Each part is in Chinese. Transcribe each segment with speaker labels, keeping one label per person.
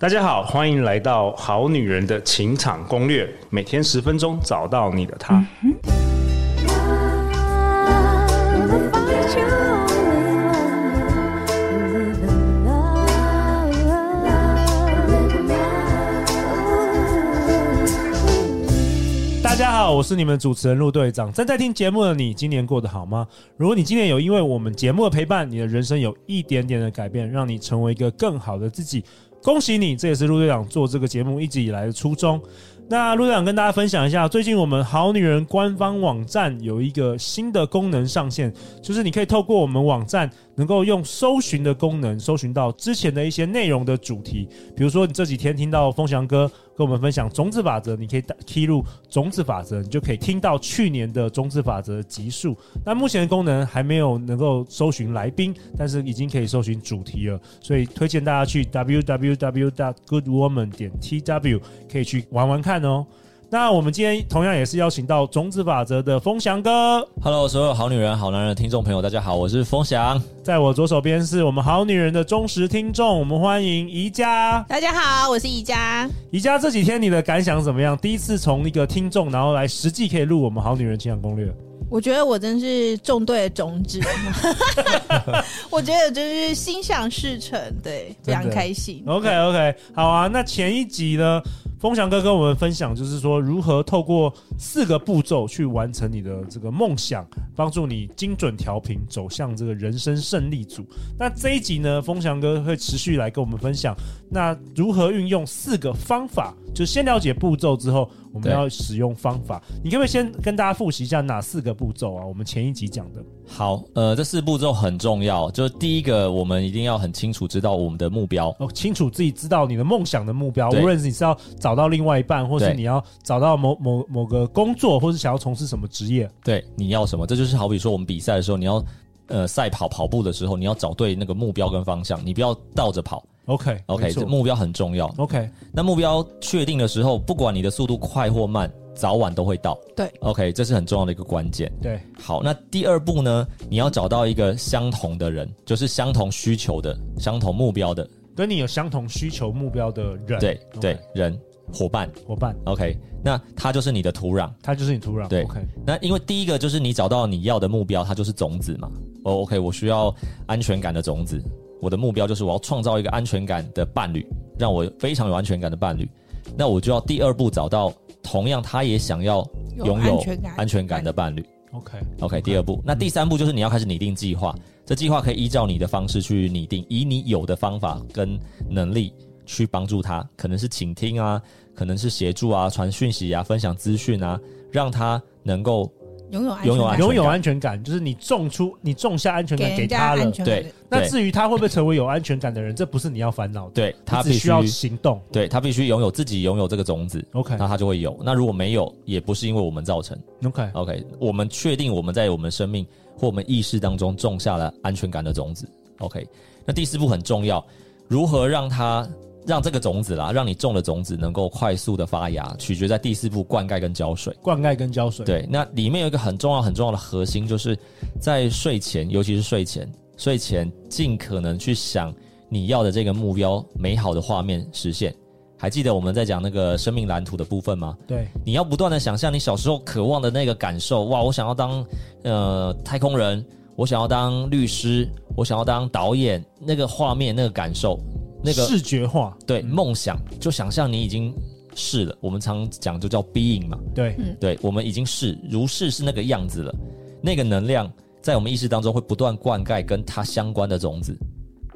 Speaker 1: 大家好，欢迎来到《好女人的情场攻略》，每天十分钟，找到你的
Speaker 2: 嗯
Speaker 1: 他。
Speaker 2: 大家好，我是你们主持人陆队长。正在听节目的你，今年过得好吗？如果你今年有因为我们节目的陪伴，你的人生有一点点的改变，让你成为一个更好的自己，恭喜你！这也是陆队长做这个节目一直以来的初衷。那陆队长跟大家分享一下，最近我们好女人官方网站有一个新的功能上线，就是你可以透过我们网站，能够用搜寻的功能搜寻到之前的一些内容的主题。比如说，你这几天听到风翔哥跟我们分享种子法则，你可以打 key 入种子法则，你就可以听到去年的种子法则集数。那目前的功能还没有能够搜寻来宾，但是已经可以搜寻主题了，所以推荐大家去 www.goodwoman 点 tw 可以去玩玩看哦。那我们今天同样也是邀请到种子法则的风翔哥，
Speaker 3: Hello，所有好女人、好男人的听众朋友，大家好，我是风翔。
Speaker 2: 在我左手边是我们好女人的忠实听众，我们欢迎宜家。
Speaker 4: 大家好，我是宜家。
Speaker 2: 宜家这几天你的感想怎么样？第一次从一个听众，然后来实际可以录我们《好女人情感攻略》。
Speaker 4: 我觉得我真是种对了种子，我觉得就是心想事成，对，非常开心。
Speaker 2: OK OK，好啊。那前一集呢，风翔哥跟我们分享，就是说如何透过四个步骤去完成你的这个梦想，帮助你精准调频，走向这个人生胜利组。那这一集呢，风翔哥会持续来跟我们分享，那如何运用四个方法，就先了解步骤之后，我们
Speaker 3: 对
Speaker 2: 要使用方法。你可不可以先跟大家复习一下哪四个步骤啊？我们前一集讲的。
Speaker 3: 好，呃，这四步骤很重要，就是第一个，我们一定要很清楚知道我们的目标。
Speaker 2: 哦，清楚自己知道你的梦想的目标，无
Speaker 3: 对
Speaker 2: 论是你是要找到另外一半，或是
Speaker 3: 对
Speaker 2: 你要找到某某某个工作，或是想要从事什么职业。
Speaker 3: 对，你要什么？这就是好比说我们比赛的时候，你要呃赛跑跑步的时候，你要找对那个目标跟方向，你不要倒着跑。
Speaker 2: OK
Speaker 3: OK，
Speaker 2: 没错
Speaker 3: 这目标很重要。
Speaker 2: OK
Speaker 3: 那目标确定的时候，不管你的速度快或慢，早晚都会到。
Speaker 4: 对
Speaker 3: ，OK，这是很重要的一个关键。
Speaker 2: 对
Speaker 3: 好，那第二步呢？你要找到一个相同的人，就是相同需求的、相同目标的，
Speaker 2: 跟你有相同需求目标的人，
Speaker 3: 对
Speaker 2: OK，
Speaker 3: 对，人伙伴。
Speaker 2: 伙伴，
Speaker 3: OK，那他就是你的土壤。
Speaker 2: 他就是你土壤。
Speaker 3: 对
Speaker 2: OK
Speaker 3: 那因为第一个就是你找到你要的目标，它就是种子嘛。哦、o k 我需要安全感的种子。我的目标就是我要创造一个安全感的伴侣，让我非常有安全感的伴侣。那我就要第二步找到同样他也想要
Speaker 4: 有
Speaker 3: 拥有
Speaker 4: 安全感
Speaker 3: 安全感的伴侣。
Speaker 2: OK
Speaker 3: OK，第二步，那第三步就是你要开始拟定计划。这计划可以依照你的方式去拟定，以你有的方法跟能力去帮助他，可能是倾听啊，可能是协助啊，传讯息啊，分享资讯啊，让他能够
Speaker 4: 拥有安
Speaker 3: 拥有安全
Speaker 4: 全感，
Speaker 3: 感
Speaker 2: 拥有安全感，就是你种出你种下安全
Speaker 4: 给
Speaker 2: 感给
Speaker 4: 人家
Speaker 2: 他了
Speaker 4: 安。全感
Speaker 3: 对。
Speaker 2: 那
Speaker 3: 对
Speaker 2: 至于他会不会成为有安全感的人，这不是你要烦恼的，
Speaker 3: 对他
Speaker 2: 你只
Speaker 3: 必
Speaker 2: 需
Speaker 3: 须
Speaker 2: 要行动。
Speaker 3: 对他必须拥有自己拥有这个种子，
Speaker 2: OK
Speaker 3: 那他就会有。那如果没有，也不是因为我们造成。
Speaker 2: OK
Speaker 3: OK，我们确定我们在我们生命或我们意识当中种下了安全感的种子。OK，那第四步很重要，如何让它让这个种子啦，让你种的种子能够快速的发芽，取决在第四步灌溉跟浇水。
Speaker 2: 灌溉跟浇水。
Speaker 3: 对，那里面有一个很重要很重要的核心，就是在睡前，尤其是睡前，睡前尽可能去想你要的这个目标美好的画面实现。还记得我们在讲那个生命蓝图的部分吗？
Speaker 2: 对
Speaker 3: 你要不断的想象你小时候渴望的那个感受，哇，我想要当呃太空人，我想要当律师，我想要当导演，那个画面那个感受，那个
Speaker 2: 视觉化。
Speaker 3: 对梦想，就想象你已经是了。我们常讲就叫 being 嘛，
Speaker 2: 对
Speaker 4: 嗯
Speaker 3: 对，我们已经是如是是那个样子了，那个能量在我们意识当中会不断灌溉跟它相关的种子。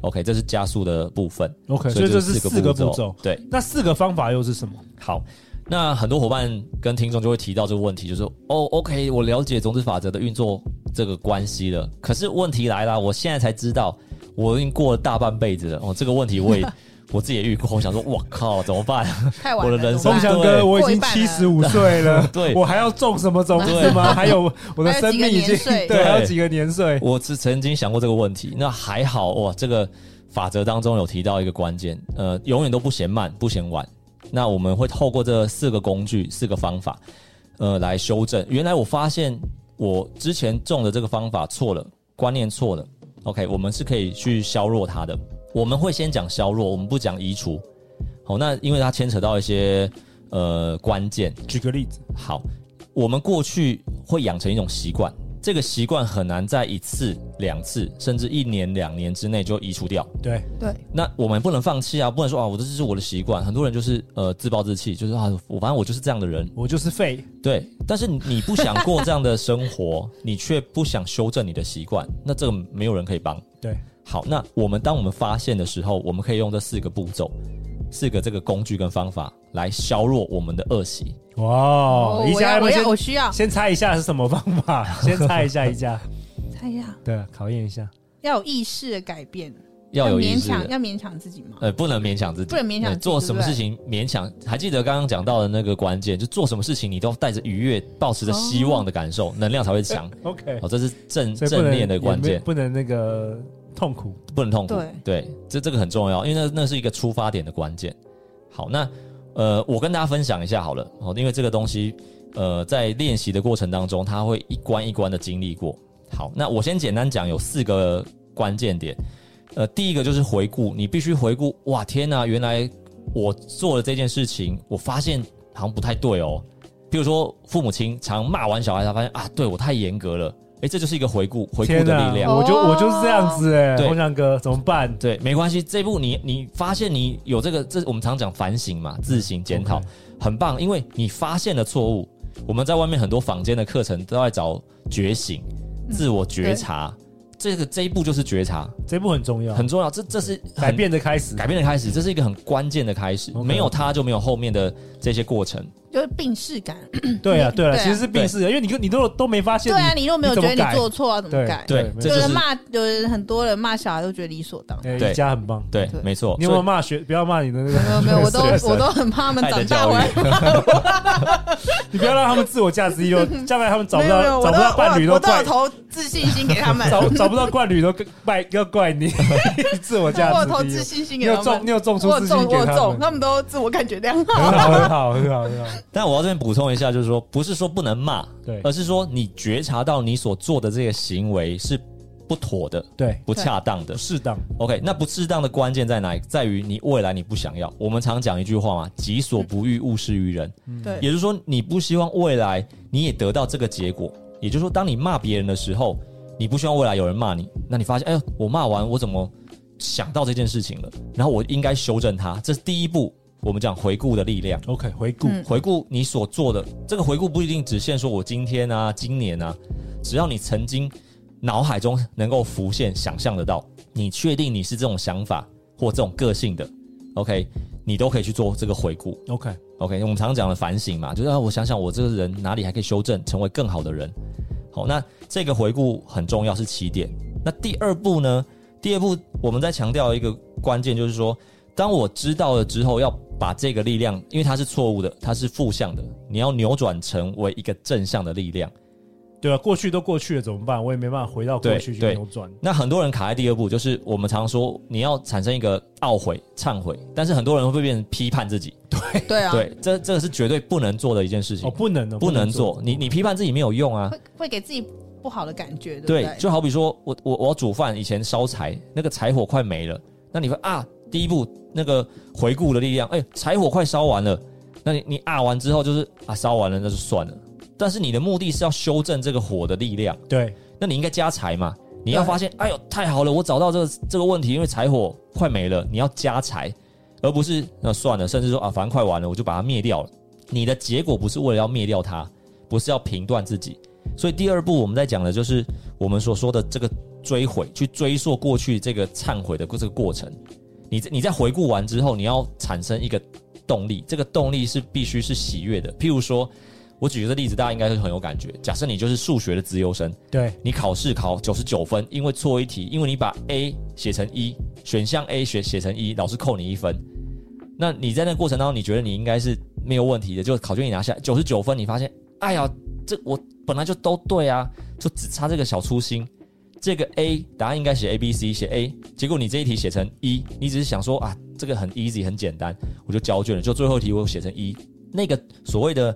Speaker 3: OK，这是加速的部分。
Speaker 2: OK，所以这
Speaker 3: 就是
Speaker 2: 四
Speaker 3: 四
Speaker 2: 个
Speaker 3: 个
Speaker 2: 步骤
Speaker 3: 步骤。。对，
Speaker 2: 那四个方法又是什么？
Speaker 3: 好，那很多伙伴跟听众就会提到这个问题，就是说哦，OK，我了解种子法则的运作这个关系了。可是问题来了，我现在才知道，我已经过了大半辈子了。哦，这个问题我也我自己也遇过，我想说，我靠，怎么办？
Speaker 4: 太晚了，
Speaker 3: 我的人
Speaker 4: 怎
Speaker 3: 生
Speaker 4: 么
Speaker 2: 风
Speaker 4: 办
Speaker 2: 翔
Speaker 3: 对
Speaker 2: 哥，我已
Speaker 4: 过一
Speaker 2: 经
Speaker 4: 半
Speaker 2: 七
Speaker 4: 了
Speaker 2: 十五岁了，
Speaker 3: 对
Speaker 2: 我还要种什么种子
Speaker 3: 对
Speaker 2: 吗？还有我的
Speaker 4: 还有
Speaker 2: 生
Speaker 4: 几个
Speaker 2: 命已经
Speaker 4: 年 岁
Speaker 2: 对，
Speaker 3: 对
Speaker 2: 还有几个年岁？
Speaker 3: 我是曾经想过这个问题。那还好哇，这个法则当中有提到一个关键，呃，永远都不嫌慢，不嫌晚。那我们会透过这四个工具、四个方法，呃，来修正。原来我发现我之前中的这个方法错了，观念错了。OK，我们是可以去削弱它的。我们会先讲削弱，我们不讲移除。好、那因为它牵扯到一些呃关键，
Speaker 2: 举个例子，
Speaker 3: 好，我们过去会养成一种习惯，这个习惯很难在一次、两次，甚至一年、两年之内就移除掉。
Speaker 2: 对，
Speaker 4: 对，
Speaker 3: 那我们不能放弃啊，不能说啊，我这就是我的习惯。很多人就是呃自暴自弃，就是啊，我反正我就是这样的人。
Speaker 2: 我就是废，
Speaker 3: 对，但是你你不想过这样的生活， 你却不想修正你的习惯，那这个没有人可以帮。
Speaker 2: 对，
Speaker 3: 好，那我们当我们发现的时候，我们可以用这四个步骤、四个这个工具跟方法来削弱我们的恶习。
Speaker 2: 哇，
Speaker 4: 我
Speaker 2: 宜
Speaker 4: 我
Speaker 2: 家
Speaker 4: 哦要我
Speaker 2: 不
Speaker 4: 要我
Speaker 2: 先
Speaker 4: 需要
Speaker 2: 先猜一下是什么方 法？先猜一下宜家，
Speaker 4: 猜一下，
Speaker 2: 对，考验一下。
Speaker 4: 要有意识的改变，
Speaker 3: 要有意
Speaker 4: 勉
Speaker 3: 识的
Speaker 4: 强，要勉强自己吗？
Speaker 3: 呃，不能勉强自己，
Speaker 4: 不能勉强
Speaker 3: 呃
Speaker 4: 自己
Speaker 3: 做什么
Speaker 4: 对
Speaker 3: 事
Speaker 4: 不对
Speaker 3: 情勉强。还记得刚刚讲到的那个关键，就做什么事情你都带着愉悦，抱持着希望的感受，
Speaker 4: 哦
Speaker 3: 能量才会强。
Speaker 2: OK，
Speaker 3: 哦，这是正
Speaker 2: 所以不
Speaker 3: 正
Speaker 2: 能
Speaker 3: 念的关
Speaker 2: 也
Speaker 3: 键
Speaker 2: 没，不能那个痛苦。
Speaker 3: 不能痛苦。
Speaker 4: 对
Speaker 3: 这这个很重要，因为那那是一个出发点的关键。好，那呃，我跟大家分享一下好了，哦，因为这个东西，呃，在练习的过程当中，它会一关一关的经历过。好，那我先简单讲，有四个关键点。呃，第一个就是回顾，你必须回顾，哇，天呐，原来啊我做了这件事情，我发现好像不太对哦。譬如说，父母亲常骂完小孩，他发现啊，对我太严格了。诶，这就是一个回顾，回顾的
Speaker 2: 天啊
Speaker 3: 力量。
Speaker 2: 我就
Speaker 4: 哦
Speaker 2: 我就是这样子哎，
Speaker 3: 对
Speaker 2: 洪翔哥怎么办？
Speaker 3: 对，没关系，这部你你发现你有这个，这我们常讲反省嘛，自行检讨
Speaker 2: OK
Speaker 3: 很棒，因为你发现了错误。我们在外面很多坊间的课程都在找觉醒、
Speaker 2: 嗯
Speaker 3: 自我觉察，这个这一步就是觉察，
Speaker 2: 这一步很重要，
Speaker 3: 很重要。这这是很
Speaker 2: 啊改变的开始。
Speaker 3: 改变的开始，这是一个很关键的开始，
Speaker 2: OK
Speaker 3: 没有它就没有后面的这些过程。
Speaker 4: 就是病视感。
Speaker 2: 对啊，对啊，
Speaker 4: 对啊
Speaker 2: 其实是病逝的，因为你你都都没发现。
Speaker 4: 对啊，你如果没有
Speaker 2: 你
Speaker 4: 觉
Speaker 2: 怎么
Speaker 4: 得你
Speaker 2: 改
Speaker 4: 做错啊，怎么
Speaker 2: 对
Speaker 4: 改？
Speaker 3: 对
Speaker 2: 没，
Speaker 3: 这
Speaker 4: 有
Speaker 3: 就
Speaker 4: 人
Speaker 3: 是
Speaker 4: 骂，有人很多人骂小孩都觉得理所 当然。
Speaker 2: 哎
Speaker 3: 对
Speaker 2: 宜家很棒。
Speaker 3: 对
Speaker 4: 对，
Speaker 3: 没错。
Speaker 2: 你有没有骂学？不要骂你的那
Speaker 4: 没有
Speaker 2: 个，
Speaker 4: 没有，我都
Speaker 3: 学生
Speaker 4: 我都很怕他们
Speaker 3: 爱的
Speaker 4: 长大
Speaker 3: 教
Speaker 4: 我
Speaker 3: 育
Speaker 4: 还，
Speaker 2: 你不要让他们自我价值低落， 将来他们找不
Speaker 4: 没有没有
Speaker 2: 到
Speaker 4: 我
Speaker 2: 找不
Speaker 4: 都
Speaker 2: 到伴侣
Speaker 4: 我
Speaker 2: 都
Speaker 4: 我都
Speaker 2: 怪
Speaker 4: 有投自信心给他们，
Speaker 2: 找找不到伴侣都怪 要怪你，自我价
Speaker 4: 我有
Speaker 2: 值
Speaker 4: 投
Speaker 2: 低
Speaker 4: 自
Speaker 2: 落。
Speaker 4: 信心
Speaker 2: 你
Speaker 4: 给他
Speaker 2: 有
Speaker 4: 们，
Speaker 2: 种，你有种出
Speaker 4: 我
Speaker 2: 自
Speaker 4: 有
Speaker 2: 信
Speaker 4: 中，
Speaker 2: 给
Speaker 4: 我有
Speaker 2: 他
Speaker 4: 中，
Speaker 2: 们，
Speaker 4: 他们都自我感觉良好。
Speaker 2: 很好，很好，很好，很 好。
Speaker 3: 但我要这边补充一下，就是说，不是说不能骂，
Speaker 2: 对
Speaker 3: 而是说你觉察到你所做的这个行为是不妥的、
Speaker 2: 对，
Speaker 3: 不恰当的
Speaker 2: 不。适当，
Speaker 3: OK，那不适当的关键在哪里？在于你未来你不想要。我们常讲一句话嘛，“己所不欲，勿施于人”，嗯
Speaker 2: 嗯
Speaker 3: 也
Speaker 4: 对，
Speaker 3: 就是说你不希望未来你也得到这个结果。也就是说，当你骂别人的时候，你不希望未来有人骂你，那你发现，哎呦，我骂完我怎么想到这件事情了？然后我应该修正它，这是第一步。我们讲回顾的力量。
Speaker 2: OK，回顾
Speaker 4: 嗯
Speaker 3: 回顾你所做的，这个回顾不一定只限说我今天啊、今年啊，只要你曾经脑海中能够浮现、想象得到，你确定你是这种想法或这种个性的，OK，你都可以去做这个回顾。
Speaker 2: ，OK，
Speaker 3: OK，我们常讲的反省嘛，就是、啊、我想想我这个人哪里还可以修正，成为更好的人。好，那这个回顾很重要，是起点。那第二步呢？第二步我们在强调一个关键，就是说，当我知道了之后，要把这个力量，因为它是错误的，它是负向的，你要扭转成为一个正向的力量。
Speaker 2: 对啊，过去都过去了，怎么办？我也没办法回到过
Speaker 3: 对
Speaker 2: 去去
Speaker 3: 对
Speaker 2: 扭转。哦
Speaker 3: 那很多人卡在第二步，就是我们常说你要产生一个懊悔、忏悔，但是很多人会变成批判自己。
Speaker 4: 对啊，
Speaker 3: 对，这这个是绝对不能做的一件事情，
Speaker 2: 哦，不能的，
Speaker 3: 不能做。你你批判自己没有用啊。
Speaker 4: 会会给自己不好的感觉，对不
Speaker 3: 对
Speaker 4: 对，？
Speaker 3: 就好比说我我我要煮饭，以前烧柴，那个柴火快没了，那你会啊，第一步那个回顾的力量，哎、柴火快烧完了，那你你啊完之后就是啊烧完了那就算了，但是你的目的是要修正这个火的力量，
Speaker 2: 对，
Speaker 3: 那你应该加柴嘛，你要
Speaker 4: 对
Speaker 3: 发现，哎呦太好了，我找到这个这个问题，因为柴火快没了，你要加柴，而不是那算了，甚至说啊反正快完了，我就把它灭掉了。你的结果不是为了要灭掉它，不是要评断自己。所以第二步我们在讲的就是我们所说的这个追悔，去追溯过去这个忏悔的这个过程。你在你在回顾完之后，你要产生一个动力，这个动力是必须是喜悦的。譬如说，我举个例子，大家应该是很有感觉。假设你就是数学的资优生，
Speaker 2: 对，
Speaker 3: 你考试考九十九分，因为错一题，因为你把 A 写成一，选项 A 写写成一，老师扣你一分。那你在那个过程当中，你觉得你应该是没有问题的，就考卷你拿下九十九分，你发现，哎呀，这我本来就都对啊，就只差这个小粗心。这个 A 答案应该写 A B C 写 A，结果你这一题写成一，你只是想说啊，这个很 easy 很简单，我就交卷了。就最后一题我写成一，那个所谓的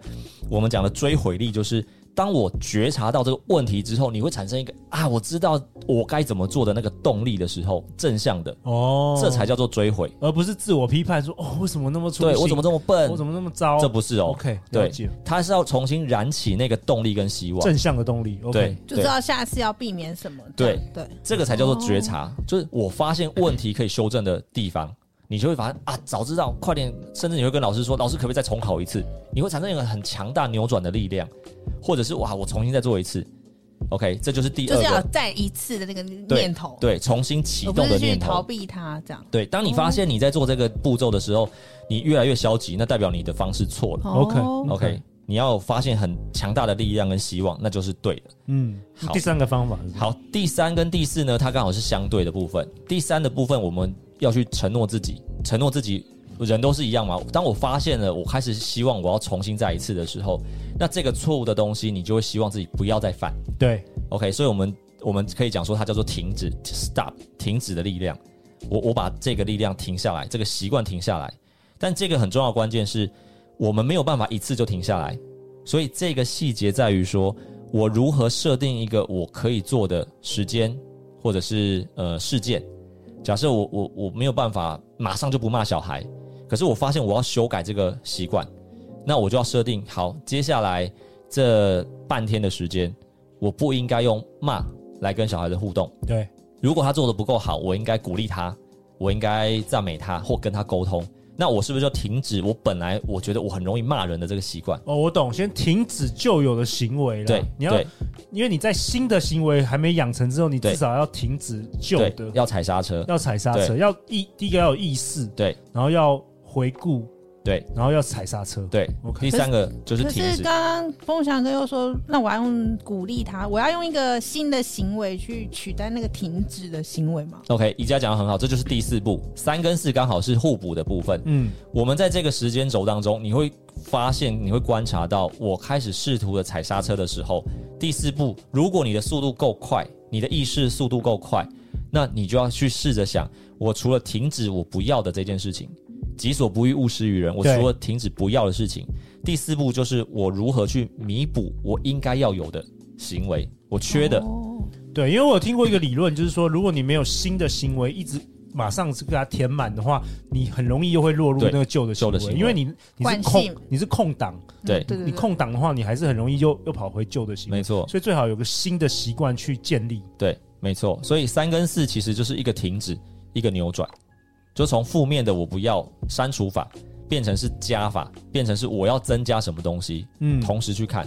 Speaker 3: 我们讲的追回力，就是当我觉察到这个问题之后，你会产生一个啊，我知道我该怎么做的那个动力的时候，正向的，
Speaker 2: 哦，
Speaker 3: 这才叫做追悔。
Speaker 2: 而不是自我批判说哦，为什么那么粗心？
Speaker 3: 对我怎么这么笨
Speaker 2: 我？怎么那么糟？
Speaker 3: 这不是哦
Speaker 2: OK，了
Speaker 3: 对
Speaker 2: 解，
Speaker 3: 它是要重新燃起那个动力跟希望。
Speaker 2: 正向的动力。OK，
Speaker 3: 对，
Speaker 4: 就知
Speaker 3: 对，
Speaker 4: 道下次要避免什么。
Speaker 3: 对
Speaker 4: 对，
Speaker 3: 这个才叫做觉
Speaker 4: 哦
Speaker 3: 察，就是我发现问题可以修正的地方，你就会发现啊，早知道快点，甚至你会跟老师说，老师可不可以再重考一次？你会产生一个很强大扭转的力量，或者是哇，我重新再做一次。OK，这就是第
Speaker 4: 就
Speaker 3: 二
Speaker 4: 是要有
Speaker 3: 个，
Speaker 4: 再一次的那个念头，
Speaker 3: 对，重新启
Speaker 4: 而不
Speaker 3: 动的
Speaker 4: 是去
Speaker 3: 念头。
Speaker 4: 逃避它这样。
Speaker 3: 对，当你发现你在做这个步骤的时候，你越来越消极，那代表你的方式错了。
Speaker 2: OK
Speaker 4: 哦
Speaker 3: OK，你要发现很强大的力量跟希望，那就是对的。
Speaker 2: 嗯，
Speaker 3: 好
Speaker 2: 第三个方法是什么，
Speaker 3: 好，第三跟第四呢，它刚好是相对的部分。第三的部分，我们要去承诺自己，承诺自己，人都是一样嘛。当我发现了，我开始希望我要重新再一次的时候，那这个错误的东西，你就会希望自己不要再犯。
Speaker 2: 对，
Speaker 3: OK，所以我们我们可以讲说，它叫做停止 （stop） 停止的力量。我我把这个力量停下来，这个习惯停下来。但这个很重要的关键是，我们没有办法一次就停下来，所以这个细节在于说我如何设定一个我可以做的时间或者是呃事件。假设我我我没有办法马上就不骂小孩，可是我发现我要修改这个习惯，那我就要设定好接下来这半天的时间，我不应该用骂来跟小孩的互动。
Speaker 2: 对，
Speaker 3: 如果他做的不够好，我应该鼓励他，我应该赞美他或跟他沟通。那我是不是就停止我本来我觉得我很容易骂人的这个习惯？
Speaker 2: 哦，我懂，先停止旧有的行为了。
Speaker 3: 对，
Speaker 2: 啊你要
Speaker 3: 对
Speaker 2: 因为你在新的行为还没养成之后，你
Speaker 3: 对
Speaker 2: 至少要停止旧
Speaker 3: 对
Speaker 2: 的，
Speaker 3: 要踩刹车，
Speaker 2: 要踩刹车，
Speaker 3: 对
Speaker 2: 要意第一个要有意识，
Speaker 3: 对
Speaker 2: 然后要回顾，
Speaker 3: 对
Speaker 2: 然后要踩刹车。
Speaker 3: 对。
Speaker 2: OK
Speaker 3: 第三个就是
Speaker 4: 可
Speaker 3: 停
Speaker 4: 是
Speaker 3: 止，
Speaker 4: 刚刚风翔哥又说，那我要用鼓励他，我要用一个新的行为去取代那个停止的行为嘛？
Speaker 3: OK，宜家讲的很好，这就是第四步，三跟四刚好是互补的部分。
Speaker 2: 嗯，
Speaker 3: 我们在这个时间轴当中，你会发现，你会观察到，我开始试图的踩刹车的时候，第四步，如果你的速度够快，你的意识速度够快，那你就要去试着想，我除了停止我不要的这件事情，己所不欲，勿施于人，我除
Speaker 2: 对
Speaker 3: 了停止不要的事情，第四步就是我如何去弥补我应该要有的行为，我缺的，
Speaker 4: 哦
Speaker 2: 对，因为我有听过一个理论，就是说，如果你没有新的行为，一直马上是给它填满的话，你很容易又会落入
Speaker 3: 对
Speaker 2: 那个旧的行
Speaker 3: 旧
Speaker 2: 为，
Speaker 3: 的行为
Speaker 2: 因为你你是
Speaker 4: 惯
Speaker 2: 空
Speaker 4: 性
Speaker 2: 你是空档，
Speaker 3: 对
Speaker 4: 嗯对对，
Speaker 2: 你空档的话，你还是很容易又又跑回旧的行为
Speaker 3: 没，错，
Speaker 2: 所以最好有个新的习惯去建立。
Speaker 3: 对，没错。所以三跟四其实就是一个停止，一个扭转，就从负面的我不要删除法变成是加法，变成是我要增加什么东西，
Speaker 2: 嗯，
Speaker 3: 同时去看。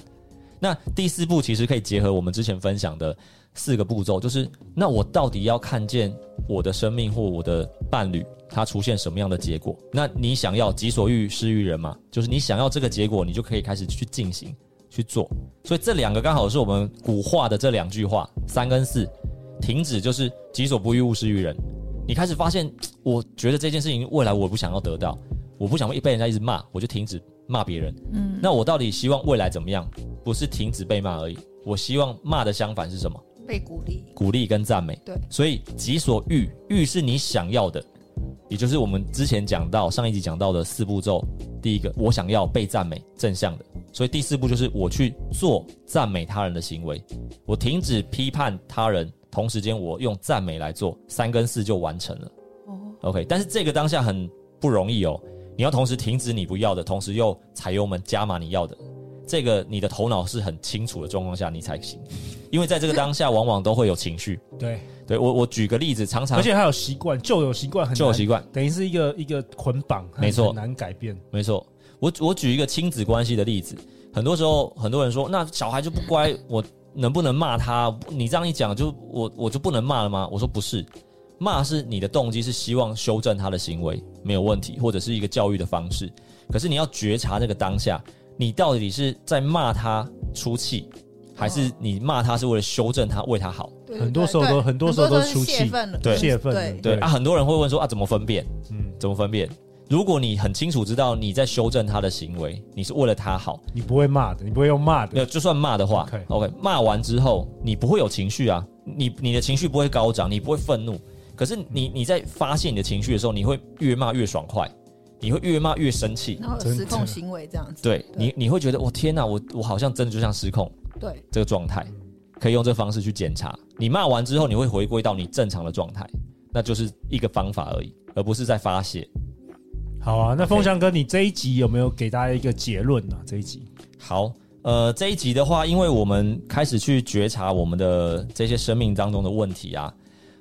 Speaker 3: 那第四步其实可以结合我们之前分享的四个步骤，就是那我到底要看见我的生命或我的伴侣它出现什么样的结果？那你想要己所欲施于人嘛，就是你想要这个结果，你就可以开始去进行去做。所以这两个刚好是我们古话的这两句话，三跟四，停止就是己所不欲，勿施于人。你开始发现，我觉得这件事情未来我不想要得到，我不想被人家一直骂，我就停止骂别人。嗯，那我到底希望未来怎么样？不是停止被骂而已，我希望骂的相反是什么？
Speaker 4: 被鼓励，
Speaker 3: 鼓励跟赞美。
Speaker 4: 对
Speaker 3: 所以己所欲，欲是你想要的，也就是我们之前讲到上一集讲到的四步骤。第一个，我想要被赞美，正向的。所以第四步就是我去做赞美他人的行为，我停止批判他人，同时间我用赞美来做，三跟四就完成了。
Speaker 4: 哦，
Speaker 3: OK，但是这个当下很不容易哦，你要同时停止你不要的，同时又踩油门加码你要的，这个你的头脑是很清楚的状况下你才行，因为在这个当下往往都会有情绪。
Speaker 2: 对，
Speaker 3: 对我，我举个例子，常常
Speaker 2: 而且还有习惯，旧有习惯很
Speaker 3: 就有
Speaker 2: 难，
Speaker 3: 习惯，
Speaker 2: 等于是一个一个捆绑，它
Speaker 3: 没错
Speaker 2: 很难改变。
Speaker 3: 没错。我我举一个亲子关系的例子，很多时候很多人说，那小孩就不乖，我能不能骂他？你这样一讲，就我我就不能骂了吗？我说不是，骂是你的动机是希望修正他的行为，没有问题，或者是一个教育的方式。可是你要觉察那个当下，你到底是在骂他出气，还是
Speaker 2: 哦
Speaker 3: 你骂他是为了修正他，为他好？
Speaker 4: 对
Speaker 2: 很多时候都
Speaker 4: 对
Speaker 2: 很多时候
Speaker 4: 很多
Speaker 2: 都出
Speaker 4: 是泄
Speaker 2: 气
Speaker 4: 愤了，
Speaker 3: 对
Speaker 2: 泄愤了
Speaker 4: 对，
Speaker 3: 对啊，很多人会问说啊，怎么分辨？
Speaker 2: 嗯，
Speaker 3: 怎么分辨？如果你很清楚知道你在修正他的行为，你是为了他好，
Speaker 2: 你不会骂的，你不会用骂
Speaker 3: 没
Speaker 2: 的，
Speaker 3: 有，就算骂的话
Speaker 2: OK
Speaker 3: ，OK，骂完之后你不会有情绪啊，你你的情绪不会高涨，你不会愤怒。可是你你在发泄你的情绪的时候，你会越骂越爽快，你会越骂越生气。
Speaker 4: 然后有失控行为这样子，
Speaker 3: 对你，你会觉得我天哪，我我好像真的就像失控
Speaker 4: 对，
Speaker 3: 这个状态，可以用这方式去检查。你骂完之后，你会回归到你正常的状态，那就是一个方法而已，而不是在发泄。
Speaker 2: 好啊，那
Speaker 3: OK
Speaker 2: 风翔哥，你这一集有没有给大家一个结论呢、这一集
Speaker 3: 好，呃，这一集的话，因为我们开始去觉察我们的这些生命当中的问题啊，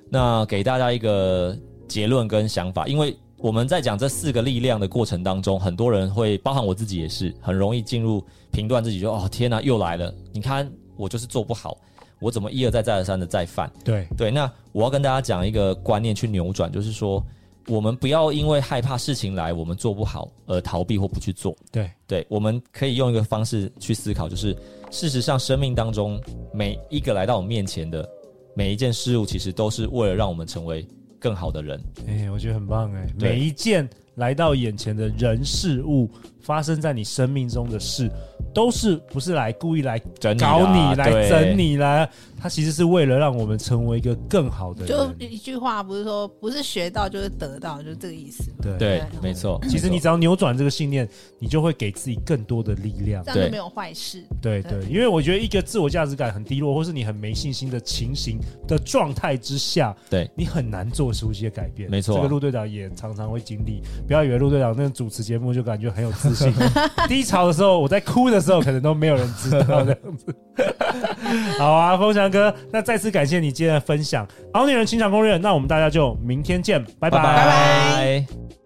Speaker 3: 那给大家一个结论跟想法，因为我们在讲这四个力量的过程当中，很多人会，包含我自己也是，很容易进入评断自己就，哦天哪、又来了，你看我就是做不好，我怎么一而再再而三的再犯。
Speaker 2: 对
Speaker 3: 对，那我要跟大家讲一个观念去扭转，就是说，我们不要因为害怕事情来，我们做不好而逃避或不去做。
Speaker 2: 对
Speaker 3: 对，我们可以用一个方式去思考，就是事实上，生命当中每一个来到我们面前的每一件事物，其实都是为了让我们成为更好的人。
Speaker 2: 哎、我觉得很棒哎、
Speaker 3: 对
Speaker 2: 每一件来到眼前的人事物，发生在你生命中的事，都是不是来故意来
Speaker 3: 整
Speaker 2: 搞
Speaker 3: 啦
Speaker 2: 你、来
Speaker 3: 对
Speaker 2: 整你、来，他其实是为了让我们成为一个更好的
Speaker 4: 就
Speaker 2: 人。
Speaker 4: 一句话不是说不是学到就是得到，就是这个意思嘛，
Speaker 2: 对，
Speaker 3: 对
Speaker 4: 对，
Speaker 3: 没错。
Speaker 2: 其实
Speaker 3: 没
Speaker 2: 你
Speaker 3: 错
Speaker 2: 只要扭转这个信念，你就会给自己更多的力量
Speaker 4: 这。样
Speaker 3: 对
Speaker 4: 就没有坏事。
Speaker 2: 对对，因为我觉得一个自我价值感很低落，或是你很没信心的情形的状态之下，
Speaker 3: 对
Speaker 2: 你很难做出一些改变。
Speaker 3: 没错啊
Speaker 2: 这个陆队长也常常会经历。不要以为陆队长那个主持节目就感觉很有自信， 低潮的时候我在哭的时候，可能都没有人知道这样子。 好啊，风翔哥，那再次感谢你今天的分享《好女人情场攻略》，那我们大家就明天见，拜
Speaker 3: 拜
Speaker 4: 拜
Speaker 3: 拜。